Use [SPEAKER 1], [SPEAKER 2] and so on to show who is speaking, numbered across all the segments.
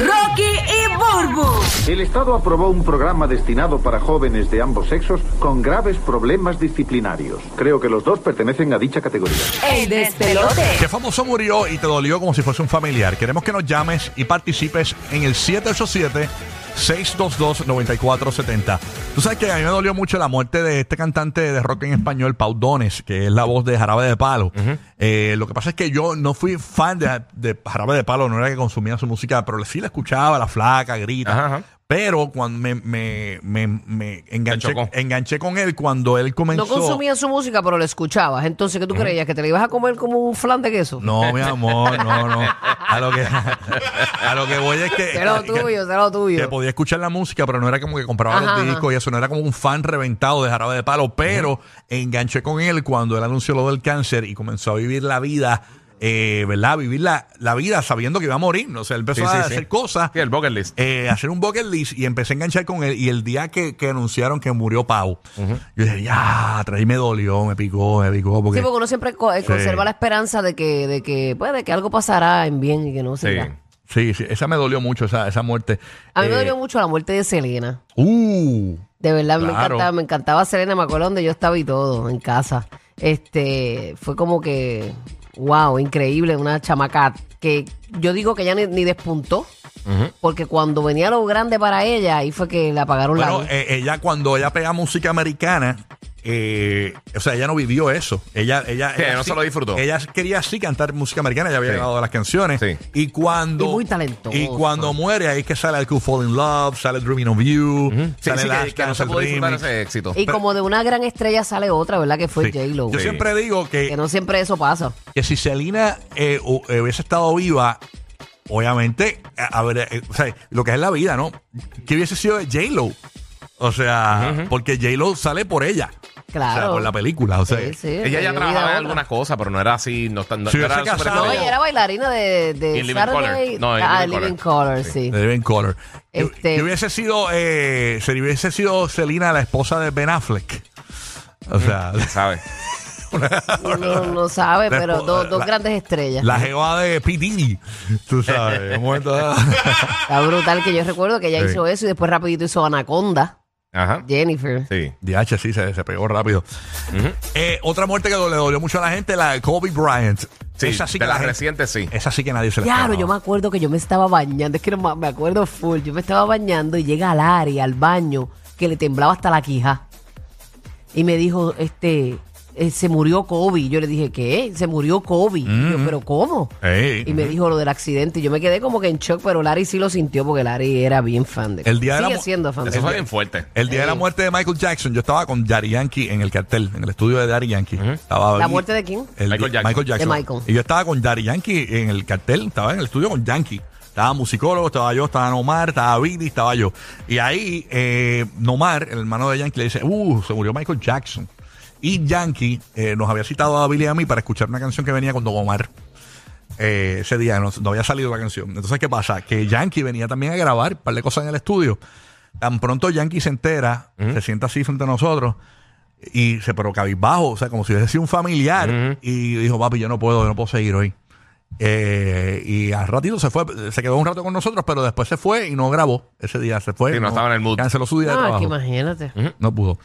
[SPEAKER 1] Rocky y Burbu,
[SPEAKER 2] El Estado aprobó un programa destinado para jóvenes de ambos sexos con graves problemas disciplinarios. Creo que los dos pertenecen a dicha categoría.
[SPEAKER 1] el despelote.
[SPEAKER 3] ¿Qué famoso murió y te dolió como si fuese un familiar? Queremos que nos llames y participes en el 787-622-9470. Tú sabes que a mí me dolió mucho la muerte de este cantante de rock en español, Paudones, que es la voz de Jarabe de Palo. Eh, lo que pasa es que yo no fui fan de, de Jarabe de Palo, no era que consumía su música, pero sí la escuchaba, la flaca, grita.
[SPEAKER 4] Ajá, ajá.
[SPEAKER 3] Pero cuando me, me, me, me enganché,
[SPEAKER 4] chocó.
[SPEAKER 3] enganché con él cuando él comenzó.
[SPEAKER 5] No consumías su música, pero la escuchabas. Entonces, ¿qué tú creías? ¿Que te la ibas a comer como un flan de queso?
[SPEAKER 3] No, mi amor, no, no. A lo que, a lo que voy es que.
[SPEAKER 5] Será lo
[SPEAKER 3] que-
[SPEAKER 5] tuyo, será lo
[SPEAKER 3] Que
[SPEAKER 5] tuyo.
[SPEAKER 3] podía escuchar la música, pero no era como que compraba
[SPEAKER 5] Ajá,
[SPEAKER 3] los
[SPEAKER 5] ajá.
[SPEAKER 3] discos y eso, no era como un fan reventado de Jarabe de Palo, pero enganché con él cuando él anunció lo del cáncer y comenzó a vivir la vida, eh, ¿verdad? Vivir la, la vida sabiendo que iba a morir, o sea, él empezó
[SPEAKER 4] Sí, sí,
[SPEAKER 3] a
[SPEAKER 4] sí.
[SPEAKER 3] hacer cosas,
[SPEAKER 4] Sí, el bucket list.
[SPEAKER 3] eh, hacer un bucket list y empecé a enganchar con él y el día que, que anunciaron que murió Pau, yo dije, ya, traí me dolió, me picó, me picó, porque...
[SPEAKER 5] Sí, porque uno siempre co- eh, conserva la esperanza de que, de que, pues, de que algo pasará en bien y que no se
[SPEAKER 4] Sí.
[SPEAKER 5] da.
[SPEAKER 3] Sí, sí, esa me dolió mucho, esa, esa muerte.
[SPEAKER 5] A mí me
[SPEAKER 3] Eh,
[SPEAKER 5] dolió mucho la muerte de Selena.
[SPEAKER 3] Uh,
[SPEAKER 5] De verdad, me
[SPEAKER 3] Claro.
[SPEAKER 5] encantaba, me encantaba Selena, me acuerdo donde yo estaba y todo, en casa. Este, fue como que, wow, increíble, una chamaca que yo digo que ya ni, ni despuntó, porque cuando venía lo grande para ella, ahí fue que le apagaron la
[SPEAKER 3] bueno,
[SPEAKER 5] luz.
[SPEAKER 3] eh, ella cuando ella pega música americana, eh, o sea, ella no vivió eso. Ella, ella,
[SPEAKER 4] Sí,
[SPEAKER 3] ella
[SPEAKER 4] no se lo disfrutó.
[SPEAKER 3] Ella quería sí cantar música americana, ella había
[SPEAKER 4] Sí.
[SPEAKER 3] grabado las canciones.
[SPEAKER 4] Sí.
[SPEAKER 3] Y cuando
[SPEAKER 5] Y muy talentosa.
[SPEAKER 3] y cuando muere ahí es que sale el Cool Fall in Love, sale Dreaming of You,
[SPEAKER 4] Sí,
[SPEAKER 3] sale
[SPEAKER 4] sí,
[SPEAKER 3] Last
[SPEAKER 4] que, que no
[SPEAKER 3] Dance,
[SPEAKER 4] se
[SPEAKER 3] el
[SPEAKER 4] pudo disfrutar
[SPEAKER 3] remix.
[SPEAKER 4] ese éxito.
[SPEAKER 5] Y como de una gran estrella sale otra, ¿verdad? Que fue
[SPEAKER 3] Sí.
[SPEAKER 5] J-Lo.
[SPEAKER 3] Yo
[SPEAKER 4] Sí.
[SPEAKER 3] siempre digo
[SPEAKER 5] Que
[SPEAKER 3] que,
[SPEAKER 5] no siempre eso pasa.
[SPEAKER 3] que si Selena eh, hu- eh, hubiese estado viva, obviamente, a, a ver, eh, o sea, lo que es la vida, ¿no? Que hubiese sido de J-Lo. O sea, porque J-Lo sale por ella.
[SPEAKER 5] Claro.
[SPEAKER 3] O sea, por la película. O sea,
[SPEAKER 5] Sí, sí, le
[SPEAKER 4] ella ya
[SPEAKER 5] dio
[SPEAKER 4] trabajaba en
[SPEAKER 5] vida a otra.
[SPEAKER 4] algunas cosas, pero no era así. No, tan- no
[SPEAKER 3] Sí,
[SPEAKER 4] era
[SPEAKER 3] se
[SPEAKER 4] súper
[SPEAKER 3] casaba.
[SPEAKER 5] No,
[SPEAKER 4] estrella.
[SPEAKER 5] ella era bailarina de, de
[SPEAKER 4] Y Living
[SPEAKER 5] Saturday-
[SPEAKER 4] Colour. No, y
[SPEAKER 5] ah,
[SPEAKER 4] Living
[SPEAKER 5] Living
[SPEAKER 4] Colour.
[SPEAKER 5] Color, sí.
[SPEAKER 3] de Ben Color.
[SPEAKER 5] Este-
[SPEAKER 3] Yo, hubiese sido, eh, se hubiese sido Selena, la esposa de Ben Affleck. O sea,
[SPEAKER 4] ¿Sabes?
[SPEAKER 5] No, no sabe,
[SPEAKER 3] La
[SPEAKER 5] pero
[SPEAKER 3] espo-
[SPEAKER 5] dos, dos
[SPEAKER 3] la-
[SPEAKER 5] grandes estrellas.
[SPEAKER 3] la jeva de P. Diddy. Tú sabes. un momento dado.
[SPEAKER 5] Está brutal que yo recuerdo que ella
[SPEAKER 3] Sí.
[SPEAKER 5] hizo eso y después rapidito hizo Anaconda,
[SPEAKER 4] Ajá.
[SPEAKER 5] Jennifer.
[SPEAKER 4] Sí.
[SPEAKER 3] DH, sí, se, se pegó rápido. Eh, otra muerte que le dolió mucho a la gente, la de Kobe Bryant.
[SPEAKER 4] Sí, de
[SPEAKER 3] que la
[SPEAKER 4] las
[SPEAKER 3] gente-
[SPEAKER 4] recientes sí.
[SPEAKER 3] Esa sí que nadie se la
[SPEAKER 5] Claro,
[SPEAKER 3] esperaba.
[SPEAKER 5] yo me acuerdo que yo me estaba bañando, es que no ma- me acuerdo full, yo me estaba bañando y llega al área, al baño, que le temblaba hasta la quija. Y me dijo, este, eh, se murió Kobe. Yo le dije, ¿qué? Se murió Kobe. Y yo, pero ¿cómo?
[SPEAKER 3] Mm-hmm. Ey.
[SPEAKER 5] Y me dijo lo del accidente. Y yo me quedé como que en shock, pero Larry sí lo sintió porque Larry era bien fan de
[SPEAKER 3] El día de la
[SPEAKER 5] Sigue
[SPEAKER 3] mu-
[SPEAKER 5] siendo fan de
[SPEAKER 4] Eso fue bien fuerte.
[SPEAKER 3] El día de la muerte de Michael Jackson, yo estaba con Daddy Yankee en el cartel, en el estudio de Daddy Yankee. Estaba
[SPEAKER 5] ¿La
[SPEAKER 3] ahí-
[SPEAKER 5] muerte de quién?
[SPEAKER 3] El
[SPEAKER 4] Michael
[SPEAKER 3] día-
[SPEAKER 4] Jackson.
[SPEAKER 3] Michael Jackson.
[SPEAKER 5] De Michael.
[SPEAKER 3] Y yo estaba con Daddy Yankee en el cartel, estaba en el estudio con Yankee. Estaba musicólogo, estaba yo, estaba Nomar, estaba Billy, estaba yo. Y ahí eh, Nomar, el hermano de Yankee, le dice, uh, se murió Michael Jackson. Y Yankee eh, nos había citado a Billy y a mí para escuchar una canción que venía con Don Omar. Eh, ese día no, no había salido la canción. Entonces, ¿qué pasa? Que Yankee venía también a grabar un par de cosas en el estudio. Tan pronto Yankee se entera, se sienta así frente a nosotros y se pero cabizbajo, o sea, como si hubiese sido un familiar. Y dijo, papi, yo no puedo, yo no puedo seguir hoy. Eh, y al ratito se fue, se quedó un rato con nosotros, pero después se fue y no grabó ese día. Se fue.
[SPEAKER 4] Sí, no estaba en el mood.
[SPEAKER 3] Canceló su día de
[SPEAKER 5] Ah,
[SPEAKER 3] trabajo.
[SPEAKER 5] que imagínate.
[SPEAKER 3] No pudo.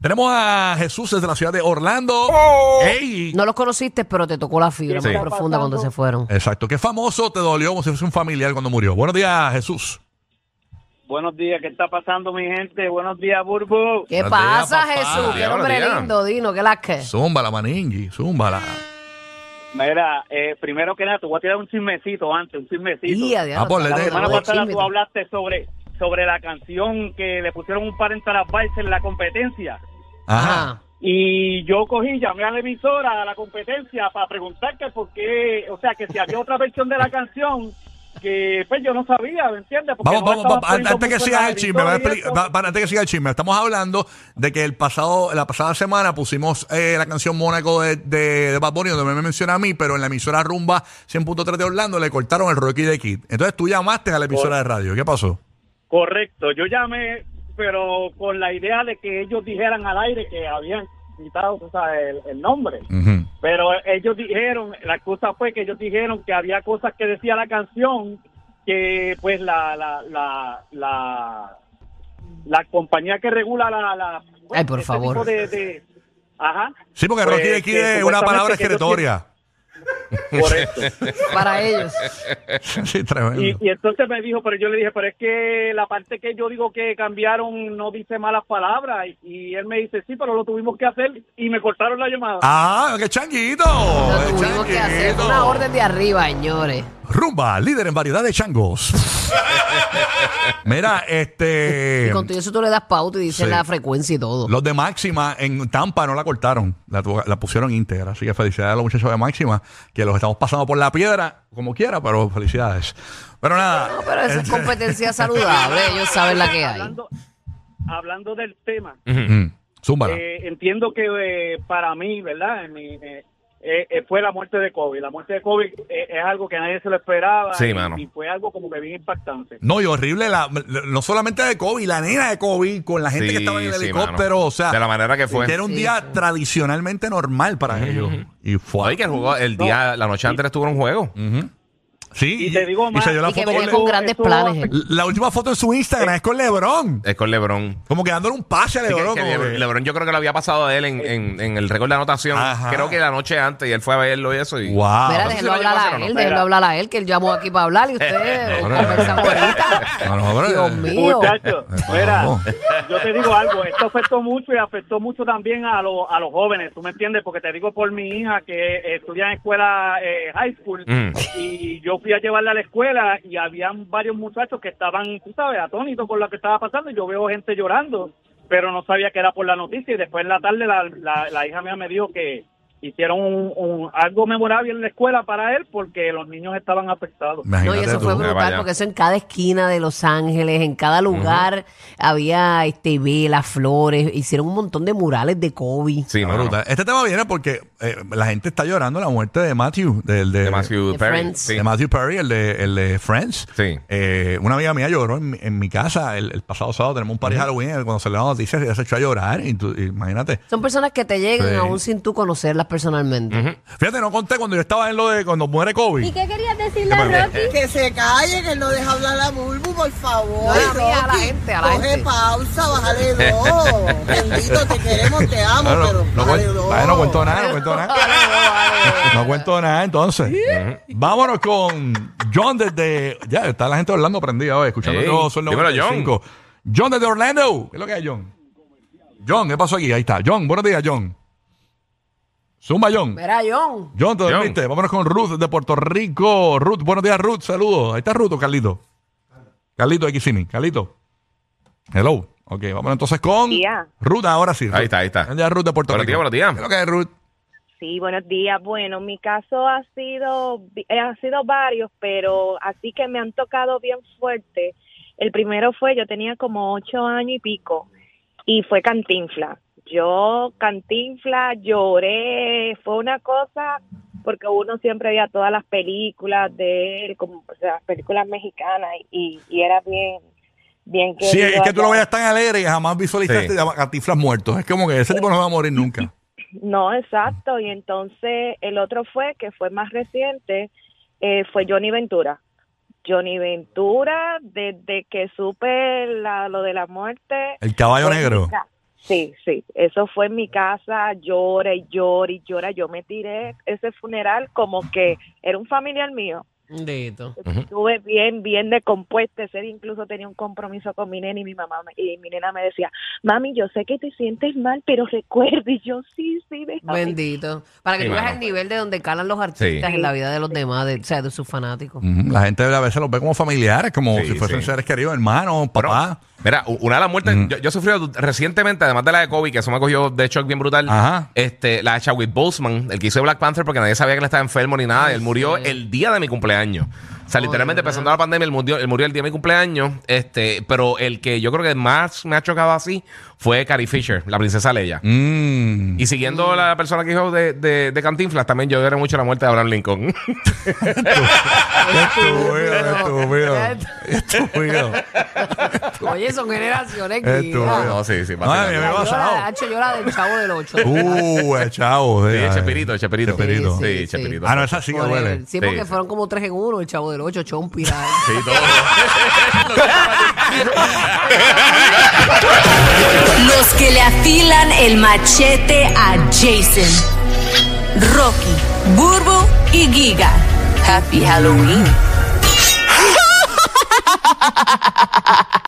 [SPEAKER 3] Tenemos a Jesús desde la ciudad de Orlando.
[SPEAKER 4] Oh.
[SPEAKER 3] ¡Ey!
[SPEAKER 5] No los conociste, pero te tocó la fibra
[SPEAKER 4] Sí.
[SPEAKER 5] más profunda cuando se fueron.
[SPEAKER 3] Exacto. Qué famoso te dolió como si fuese un familiar cuando murió. Buenos días, Jesús.
[SPEAKER 6] Buenos días, ¿qué está pasando mi gente? Buenos días, Burbu.
[SPEAKER 5] ¿Qué
[SPEAKER 3] Buenos
[SPEAKER 5] pasa,
[SPEAKER 3] días, papá.
[SPEAKER 5] Jesús? Qué
[SPEAKER 4] Buenos
[SPEAKER 5] nombre
[SPEAKER 4] días.
[SPEAKER 5] lindo, Dino, qué las que.
[SPEAKER 3] Zúmbala, maningui. Zúmbala.
[SPEAKER 6] Mira, eh, primero que nada, te voy a tirar un chismecito antes, un chismecito.
[SPEAKER 5] Día, diablo,
[SPEAKER 3] Ah, pues, le
[SPEAKER 5] está
[SPEAKER 3] de-
[SPEAKER 6] la semana
[SPEAKER 5] hablando de
[SPEAKER 6] pasada
[SPEAKER 5] chisme.
[SPEAKER 6] tú hablaste sobre, sobre la canción que le pusieron un par en Tarapaice en la competencia.
[SPEAKER 3] Ajá.
[SPEAKER 5] Ajá.
[SPEAKER 6] Y yo cogí, llamé a la emisora, a la competencia, para preguntar que por qué, o sea, que si había otra versión de la canción que pues yo no sabía, ¿me entiendes? Porque
[SPEAKER 3] Vamos,
[SPEAKER 6] no
[SPEAKER 3] vamos,
[SPEAKER 6] estaba
[SPEAKER 3] vamos,
[SPEAKER 6] poniendo
[SPEAKER 3] antes que
[SPEAKER 6] mucho en
[SPEAKER 3] siga
[SPEAKER 6] la
[SPEAKER 3] el chisme, va a
[SPEAKER 6] editorial y
[SPEAKER 3] expli-
[SPEAKER 6] eso.
[SPEAKER 3] va- va- antes que siga el chisme, estamos hablando de que el pasado, la pasada semana pusimos eh, la canción Mónaco de, de, de Bad Bunny, donde me menciona a mí, pero en la emisora Rumba 100.3 de Orlando le cortaron el Rocky de Kid. Entonces tú llamaste a la emisora de radio, ¿qué pasó?
[SPEAKER 6] Correcto, yo llamé, pero con la idea de que ellos dijeran al aire que habían quitado o sea, el, el nombre.
[SPEAKER 5] Mm.
[SPEAKER 3] Ujú.
[SPEAKER 6] Pero ellos dijeron, la cosa fue que ellos dijeron que había cosas que decía la canción que pues la la la la, la compañía que regula la, la pues,
[SPEAKER 5] Ay, por
[SPEAKER 6] ese
[SPEAKER 5] favor.
[SPEAKER 6] tipo de, de- ajá.
[SPEAKER 3] Sí, porque
[SPEAKER 6] Pues,
[SPEAKER 3] Rocky de Kid
[SPEAKER 6] que
[SPEAKER 3] es una palabra
[SPEAKER 6] supuestamente que ellos
[SPEAKER 3] escritoria.
[SPEAKER 6] Correcto.
[SPEAKER 5] Ah, Para ellos.
[SPEAKER 3] sí, tremendo.
[SPEAKER 6] Y, y entonces me dijo, pero yo le dije, pero es que la parte que yo digo que cambiaron no dice malas palabras. Y, y él me dice, sí, pero lo tuvimos que hacer y me cortaron la llamada.
[SPEAKER 3] Ah, qué changuito.
[SPEAKER 5] Lo
[SPEAKER 3] qué
[SPEAKER 5] tuvimos que hacer.
[SPEAKER 3] changuito.
[SPEAKER 5] Una orden de arriba, señores.
[SPEAKER 3] Rumba, líder en variedad de changos. Mira,
[SPEAKER 5] Y
[SPEAKER 3] este.
[SPEAKER 5] con todo eso tú le das pauta y dices
[SPEAKER 3] sí.
[SPEAKER 5] la frecuencia y todo.
[SPEAKER 3] Los de Máxima en Tampa no la cortaron, la, tu- la pusieron íntegra. Así que felicidades a los muchachos de Máxima, que los estamos pasando por la piedra, como quiera, pero felicidades. Pero nada.
[SPEAKER 5] No, pero esa es competencia saludable. Ellos saben la que hay.
[SPEAKER 6] hablando, hablando del tema,
[SPEAKER 3] Mm, zúmbala.
[SPEAKER 6] eh, entiendo que eh, para mí, ¿verdad? En mi, eh, eh, eh, fue la muerte de Kobe. La muerte de Kobe eh, es algo que nadie se lo esperaba.
[SPEAKER 4] Sí,
[SPEAKER 6] y,
[SPEAKER 4] mano.
[SPEAKER 6] y fue algo como que bien impactante.
[SPEAKER 3] No, y horrible, la- no solamente de Kobe, la nena de Kobe, con la gente
[SPEAKER 4] Sí,
[SPEAKER 3] que estaba en el
[SPEAKER 4] sí,
[SPEAKER 3] helicóptero,
[SPEAKER 4] mano.
[SPEAKER 3] o sea.
[SPEAKER 4] De la manera que fue.
[SPEAKER 3] Era un
[SPEAKER 5] Sí,
[SPEAKER 3] día
[SPEAKER 5] sí.
[SPEAKER 3] tradicionalmente normal para ellos. Y fue.
[SPEAKER 4] Oye, que el juego, el día, la noche antes estuvo en un juego.
[SPEAKER 3] Mm. Sí,
[SPEAKER 6] Y te digo
[SPEAKER 3] y se
[SPEAKER 6] más,
[SPEAKER 3] dio la
[SPEAKER 5] y que
[SPEAKER 3] foto con
[SPEAKER 5] venía
[SPEAKER 3] Le-
[SPEAKER 5] con grandes
[SPEAKER 6] eso-
[SPEAKER 5] planes. él.
[SPEAKER 3] La última foto en su Instagram es con LeBron.
[SPEAKER 4] Es con LeBron.
[SPEAKER 3] Como que dándole un pase a
[SPEAKER 4] Sí, que-
[SPEAKER 3] LeBron.
[SPEAKER 4] que
[SPEAKER 3] como
[SPEAKER 4] Lebron,
[SPEAKER 3] que-
[SPEAKER 4] Lebron yo creo que lo había pasado a él en, en- en el récord de anotación.
[SPEAKER 3] Ajá.
[SPEAKER 4] Creo que la noche antes y él fue a verlo y eso. Y...
[SPEAKER 3] Wow.
[SPEAKER 5] Mira,
[SPEAKER 4] sé si
[SPEAKER 5] déjenlo
[SPEAKER 4] lo llegó
[SPEAKER 5] hablar
[SPEAKER 4] a hacer
[SPEAKER 5] a
[SPEAKER 4] o no.
[SPEAKER 5] él, déjenlo hablar a él, que él llamó aquí para
[SPEAKER 3] Eh,
[SPEAKER 5] hablar y ustedes
[SPEAKER 3] No, no, no.
[SPEAKER 5] conversan ahorita.
[SPEAKER 3] No, no, pero-
[SPEAKER 5] Dios mío.
[SPEAKER 6] Muchachos,
[SPEAKER 3] Eh, por
[SPEAKER 6] mira,
[SPEAKER 3] favor.
[SPEAKER 6] yo te digo algo, esto afectó mucho y afectó mucho también a, los a los jóvenes, ¿tú me entiendes? Porque te digo por mi hija que eh, estudia en escuela eh, high school
[SPEAKER 4] Mm.
[SPEAKER 6] y yo fui a llevarla a la escuela y habían varios muchachos que estaban, tú sabes, atónitos con lo que estaba pasando y yo veo gente llorando, pero no sabía que era por la noticia y después en la tarde la, la, la hija mía me dijo que hicieron un- un- algo memorable en la escuela para él porque los niños estaban
[SPEAKER 5] No,
[SPEAKER 6] afectados.
[SPEAKER 5] y
[SPEAKER 3] Imagínate
[SPEAKER 5] eso
[SPEAKER 3] tú.
[SPEAKER 5] fue
[SPEAKER 4] Mira,
[SPEAKER 5] brutal
[SPEAKER 4] vaya.
[SPEAKER 5] porque eso en cada esquina de Los Ángeles, en cada lugar había este velas, flores, hicieron un montón de murales de Kobe.
[SPEAKER 4] Sí,
[SPEAKER 3] Está
[SPEAKER 4] mano.
[SPEAKER 3] brutal. Este tema viene porque eh, la gente está llorando la muerte de Matthew, del de,
[SPEAKER 4] De Matthew
[SPEAKER 5] De
[SPEAKER 4] Perry.
[SPEAKER 5] Friends.
[SPEAKER 4] Sí.
[SPEAKER 3] de Matthew Perry, el de, el de Friends.
[SPEAKER 4] Sí.
[SPEAKER 3] Eh, una amiga mía lloró en, mi- en mi casa el, el pasado sábado. Tenemos un party Halloween. y Cuando se le da noticia, ella se echó a llorar. y tú- imagínate.
[SPEAKER 5] Son personas que te llegan
[SPEAKER 3] Sí.
[SPEAKER 5] aún sin tú conocerlas personalmente.
[SPEAKER 3] Fíjate, no conté cuando yo estaba en lo de cuando muere Kobe.
[SPEAKER 7] ¿Y qué querías decirle a
[SPEAKER 4] Pero-
[SPEAKER 7] Rocky?
[SPEAKER 8] Que se calle, que no deja hablar a Bulbu, por favor.
[SPEAKER 5] No, a mí, a la
[SPEAKER 8] Rocky.
[SPEAKER 5] gente, a la
[SPEAKER 8] Coge
[SPEAKER 5] gente.
[SPEAKER 8] pausa, bájale dos. Bendito, te queremos, te amo,
[SPEAKER 3] No, no,
[SPEAKER 8] pero
[SPEAKER 3] no
[SPEAKER 8] bájale
[SPEAKER 3] cuen-
[SPEAKER 8] dos.
[SPEAKER 3] vaya, no cuento nada, Ah, no cuento nada. No cuento nada, entonces. Vámonos con John desde. Ya, está la gente de Orlando prendida hoy, escuchando
[SPEAKER 4] Ey,
[SPEAKER 3] todo Sol
[SPEAKER 4] dímelo, John.
[SPEAKER 3] 95. John. desde Orlando. ¿Qué es lo que hay, John? John, ¿qué pasó aquí? Ahí está. John, buenos días, John. Zumba, John.
[SPEAKER 5] Verá, John.
[SPEAKER 3] John, ¿te
[SPEAKER 4] John.
[SPEAKER 3] dormiste? Vámonos con Ruth de Puerto Rico. Ruth, buenos días, Ruth. Saludos. Ahí está Ruth o Carlito. Carlito de Kissimmee. Carlito. Hello. Ok, vámonos entonces con
[SPEAKER 9] Tía.
[SPEAKER 3] Ruth. Ahora sí.
[SPEAKER 4] Ahí está, ahí está.
[SPEAKER 3] Buenos días, Ruth de Puerto
[SPEAKER 4] Buenos
[SPEAKER 3] Rico.
[SPEAKER 4] días, buenos días.
[SPEAKER 3] ¿Qué es lo que hay, Ruth?
[SPEAKER 9] Sí, buenos días. Bueno, mi caso ha sido, vi- eh, ha sido varios, pero así que me han tocado bien fuerte. El primero fue, yo tenía como ocho años y pico, y fue Cantinfla. Yo, Cantinfla, lloré, fue una cosa, porque uno siempre veía todas las películas de él, como o sea, las películas mexicanas, y, y era bien, bien que...
[SPEAKER 3] Sí, es que tú lo veas tan alegre y jamás visualizaste
[SPEAKER 4] Sí.
[SPEAKER 3] a catiflas muertos. Es como que ese tipo no va a morir nunca.
[SPEAKER 9] No, exacto. Y entonces el otro fue, que fue más reciente, eh, fue Johnny Ventura. Johnny Ventura, desde que supe la- lo de la muerte.
[SPEAKER 3] El caballo
[SPEAKER 9] fue en
[SPEAKER 3] negro.
[SPEAKER 9] mi ca- Sí, sí. Eso fue en mi casa, llora y llora y llora. Yo me tiré ese funeral como que era un familiar mío.
[SPEAKER 5] Dito.
[SPEAKER 9] Estuve bien, bien descompuesta. Ese día incluso tenía un compromiso con mi nena y mi mamá me- y mi nena me decía, mami, yo sé que te sientes mal, pero recuerda. Y yo, sí, sí, déjame".
[SPEAKER 5] Bendito. Para que
[SPEAKER 4] Sí,
[SPEAKER 5] tú veas
[SPEAKER 4] mano.
[SPEAKER 5] el nivel de donde calan los artistas
[SPEAKER 4] Sí.
[SPEAKER 5] en la vida de los demás, de, o sea, de sus fanáticos.
[SPEAKER 3] Ujú, La gente a veces los ve como familiares, como
[SPEAKER 4] Sí,
[SPEAKER 3] si fuesen
[SPEAKER 4] sí.
[SPEAKER 3] seres queridos, hermanos, papá.
[SPEAKER 4] Mira, u- una de las muertes,
[SPEAKER 3] Mm.
[SPEAKER 4] yo, yo he sufrido recientemente, además de la de Kobe, que eso me cogió de shock bien brutal.
[SPEAKER 3] Ajá.
[SPEAKER 4] Este, la de Chadwick Boseman, el que hizo de Black Panther, porque nadie sabía que él estaba enfermo ni nada. él murió el día de mi cumpleaños. O sea, literalmente empezando la pandemia, él murió, él murió el día de mi cumpleaños. Este, pero el que yo creo que más me ha chocado así fue Carrie Fisher, la princesa Leia.
[SPEAKER 7] Mm.
[SPEAKER 4] Y siguiendo la persona que dijo de, de, de Cantinflas, también yo lloré mucho la muerte de Abraham Lincoln.
[SPEAKER 3] Estúpido, estúpido.
[SPEAKER 5] Oye, son generaciones que.
[SPEAKER 3] Estúpido.
[SPEAKER 5] Ah,
[SPEAKER 4] no, sí, sí,
[SPEAKER 3] No, a mí me
[SPEAKER 4] vacilando.
[SPEAKER 3] ha
[SPEAKER 5] yo la-
[SPEAKER 3] pasado.
[SPEAKER 5] Hacho, yo la del chavo del 8.
[SPEAKER 3] Uh, el chavo.
[SPEAKER 4] Sí,
[SPEAKER 3] eh,
[SPEAKER 4] Chespirito, Chespirito.
[SPEAKER 3] Chespirito.
[SPEAKER 4] Sí,
[SPEAKER 5] Sí, sí,
[SPEAKER 4] Chespirito.
[SPEAKER 3] Ah, no, esa sí que duele.
[SPEAKER 5] Sí,
[SPEAKER 4] Sí,
[SPEAKER 5] porque
[SPEAKER 4] sí.
[SPEAKER 5] fueron como tres en uno, el chavo del 8, Chompi. la-
[SPEAKER 4] Sí, todo.
[SPEAKER 1] Los que le afilan el machete a Jason. Rocky, Burbo y Giga. Happy Halloween.